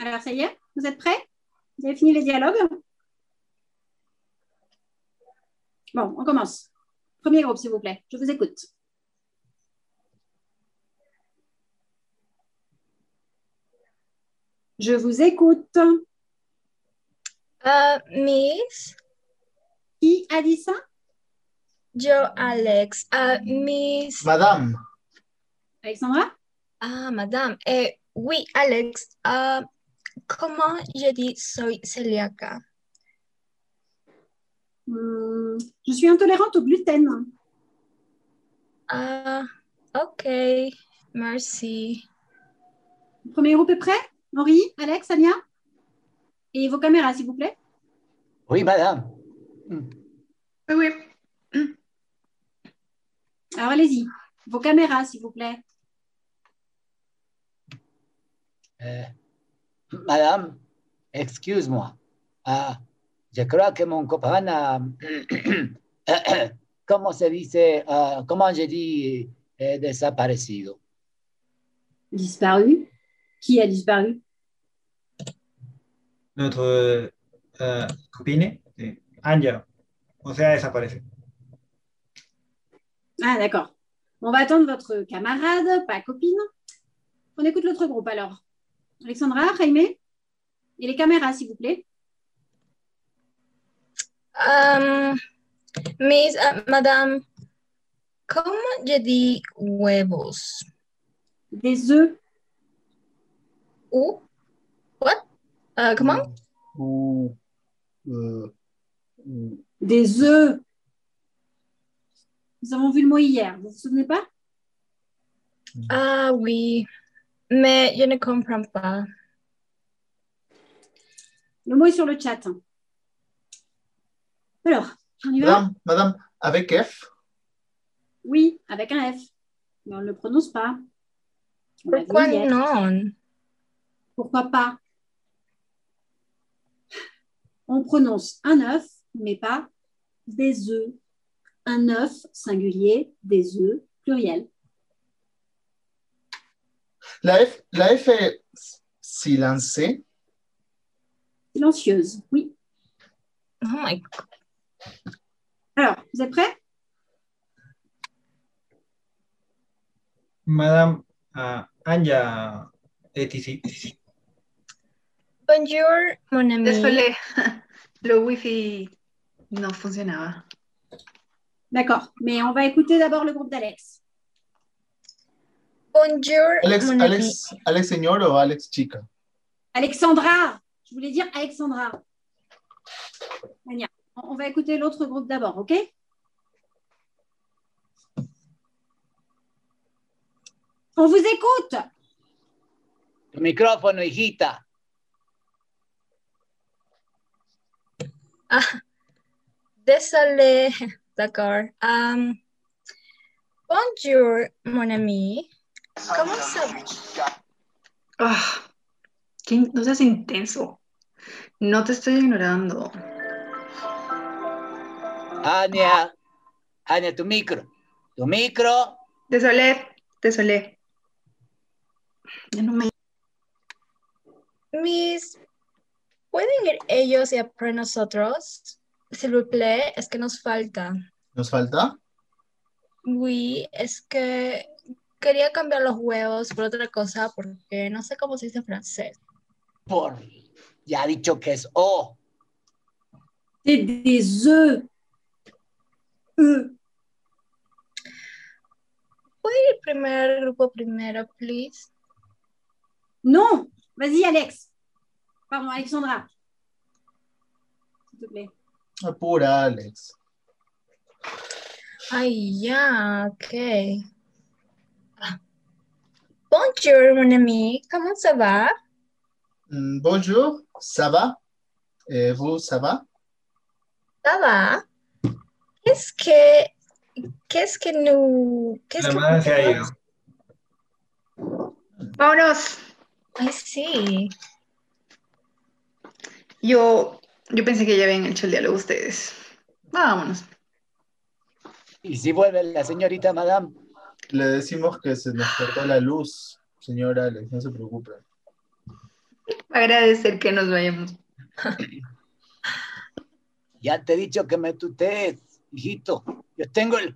Alors, ça y est, vous êtes prêts Vous avez fini les dialogues Bon, on commence. Premier groupe, s'il vous plaît. Je vous écoute. Je vous écoute. Uh, Miss Qui a dit ça Joe Alex. Uh, Miss. Madame, Alexandra Ah, madame. Eh, oui, Alex. Ah, ¿Cómo yo di soy celíaca? Hmm, Je suis intolérante au gluten. Ah, ok. Merci. Premier groupe est prêt Henri, Alex, Ania Et vos caméras, s'il vous plaît. oui, madame. Oui, Alors allez-y. Vos caméras, s'il vous plaît. Euh, madame, excuse-moi. Ah, je crois que mon copain a... ¿Cómo se dice? Ah, ¿Cómo je dis eh, desaparecido? Disparu. Qui a disparu Nuestro eh, eh, copine, eh, Angelo. O sea, desaparece. Ah, d'accord. On va attendre votre camarade, pas copine. On écoute l'autre groupe alors. Alexandra, Jaime Et les caméras, s'il vous plaît. Um, Miss, ah, madame. ¿Cómo yo di huevos? Des œufs. ¿U? What? Ah, ¿Cómo? Ou, euh, ou- Des œufs. Nous avons vu le mot hier. Vous vous souvenez pas Ah, oui. Me, yo no compro pa. Le mot est sur le chat. Alors, on y va Madame, madame, avec F. Oui, avec un F. Mais on ne le prononce pas. On l'a vu ¿Por qué hier. no? Pourquoi pas On prononce un œuf, mais pas des œufs. Un œuf singulier, des œufs pluriel. La F, la F est silencée. Silencieuse, oui. Oh my Alors, vous êtes prêts Madame ah, Anja eh, Etici. Bonjour, mon ami. Désolé, le wifi no funcionaba. D'accord, mais on va écouter d'abord le groupe d'Alex. Bonjour, Alex, mon Alex, ami. Alex señor o Alex chica. Alexandra Je voulais dire Alexandra. Ania, on on va écouter l'autre groupe d'abord, ok On vous écoute tu micrófono, hijita. Désolé. D'accord. Um, bonjour, mon ami. ¿Cómo se... Ah, qué in- no seas intenso. No te estoy ignorando. Ania, Ania, tu micro. Tu micro. Désolé, désolé. Ya no me. Miss, ¿pueden ir ellos y après nosotros? S'il vous plaît, es que nos falta. ¿Nos falta? Oui, es que quería cambiar los huevos por otra cosa porque no sé cómo se dice en francés. Por, ya ha dicho que es O. C'est des œufs. Euh, Eux. El primer grupo primero, please. Non Vas-y, Alex. Pardon, Alexandra. S'il te plaît. Apura, Ah, Alex. Ay, ya, ok. Ah. Bonjour, mon ami. ¿Cómo se va? Mm, Bonjour, ça va? Eh, vous, ça va? Ça va? Qu'est-ce que, qu'est-ce que nous, qu'est-ce La que madre se ha ido. Vámonos. Ay, sí. Yo, yo pensé que ya habían hecho el diálogo ustedes. Vámonos. Y si vuelve la señorita, madame. Le decimos que se nos cortó la luz, señor Alex, no se preocupe. Agradecer que nos vayamos. Ya te he dicho que me tutees, hijito. Yo tengo el.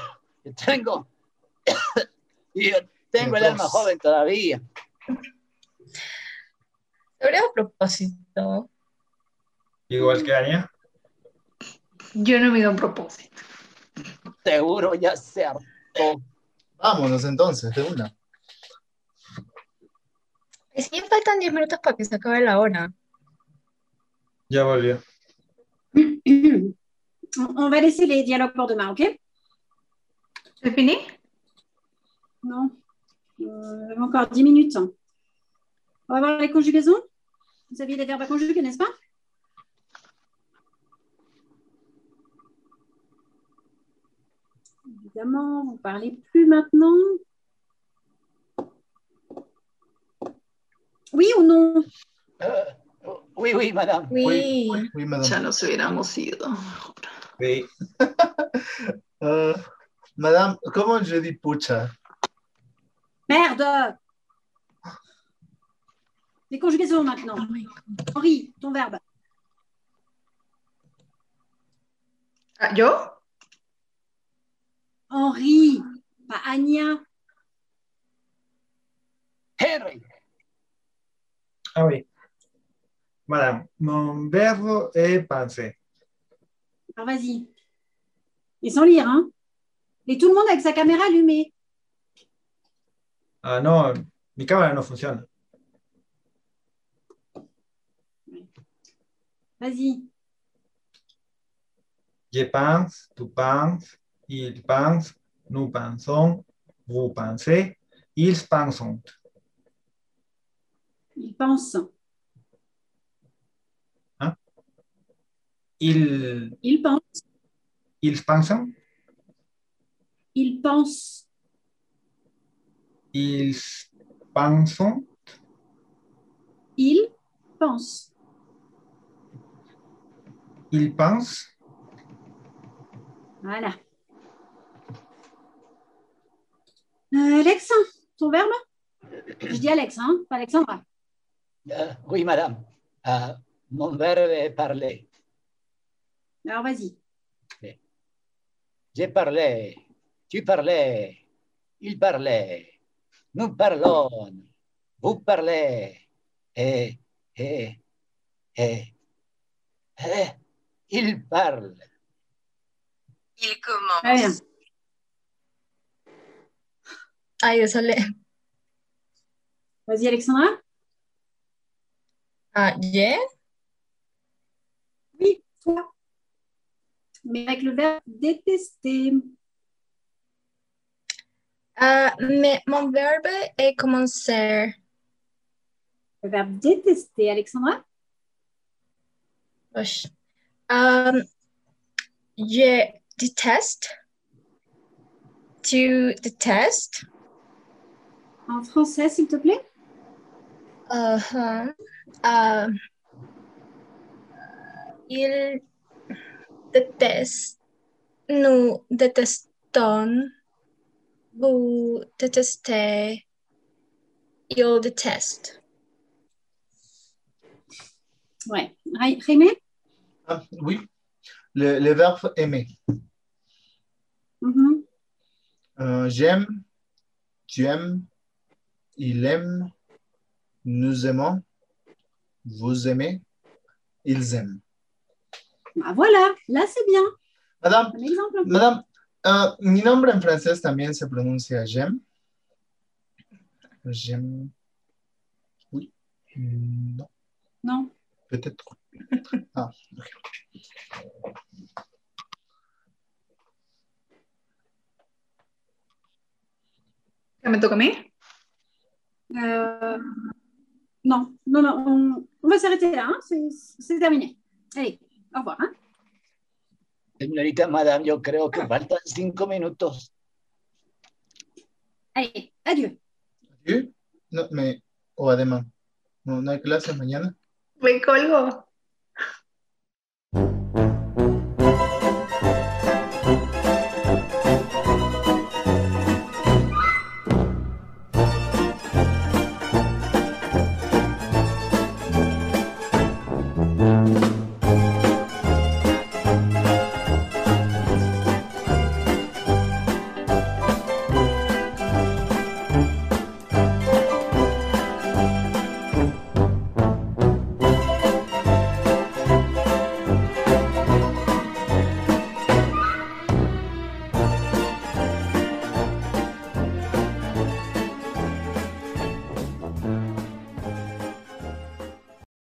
Yo tengo. y yo tengo el alma Entonces. joven todavía. Debería a propósito. Igual que Anya. Yo no me iba a propósito. Seguro ya se hartó. Vámonos entonces, de una. Y si faltan 10 minutos para que se acabe la hora. Ya volvió. On on va laisser les dialogues pour demain, ok ¿Se finí? Non. Euh, encore 10 minutes. On va voir les conjugaisons. Vous aviez les verbes à conjuguer, n'est-ce pas Évidemment, vous ne parlez plus maintenant. Oui ou non Ah, oui, oui, madame. Oui. Oui, madame. Ya nos hubiéramos ido. Sí. Ah, madame, ¿cómo yo di pucha? Merde Les conjugaisons maintenant. Henri, ton verbe. Ah, ¿Yo? Henri, pas Anya. Henry, Ah, oui. Madame, mon verbo es pensé. Alors vas-y. Et sans lire, hein. Et tout le monde avec sa caméra allumée. Ah, no, mi cámara no funciona. Vas-y. Je pense, tu penses, il pense, nous pensons, vous pensez, ils pensent. Il pense. Ils, Il pense. ils pensent, Il pense. ils pensent, Il pense. ils pensent. Voilà. Euh, Alex, ton verbe Je dis Alex, hein, pas Alexandra. Ah, oui, madame. Ah, mon verbe est parler. Alors vas-y. J'ai parlé, tu parlais, il parlait, nous parlons, vous parlez, eh, et, et, et, et, eh, il parle. Il commence. Très bien. Ay, déjale. Vas-y, Alexandra. Ah, ¿ye? Oui, toi. Mais avec le verbe détester. Ah, me, mon verbo es comenzar. Le verbe détester, Alexandra. Ush. Um, ye detest. To detest. En français, s'il te plaît. Ajá. Ah, il detest. No deteston. Bu deteste. Il detest. Ouais. Ra- Jaime Ah, oui, le, le verbe aimer. Mhm. Euh, J'aime, tu aimes, il aime, nous aimons, vous aimez, ils aiment. Ah, voilà, là c'est bien. Madame, Un exemple. Madame, ah, mi nombre en francés también se pronuncia Jem. Jem. Oui. No, Non. peut-être. Ah, ok. ¿Ya me toca a mí? Euh, non, non, non, on, on va s'arrêter là. hein, c'est- C'est terminé. Allez, au revoir. hein. Señorita, madame, yo creo que faltan cinco minutos. Allez, adieu. oh, Adieu. No, me, o además. No, no hay clases mañana. Me colgo.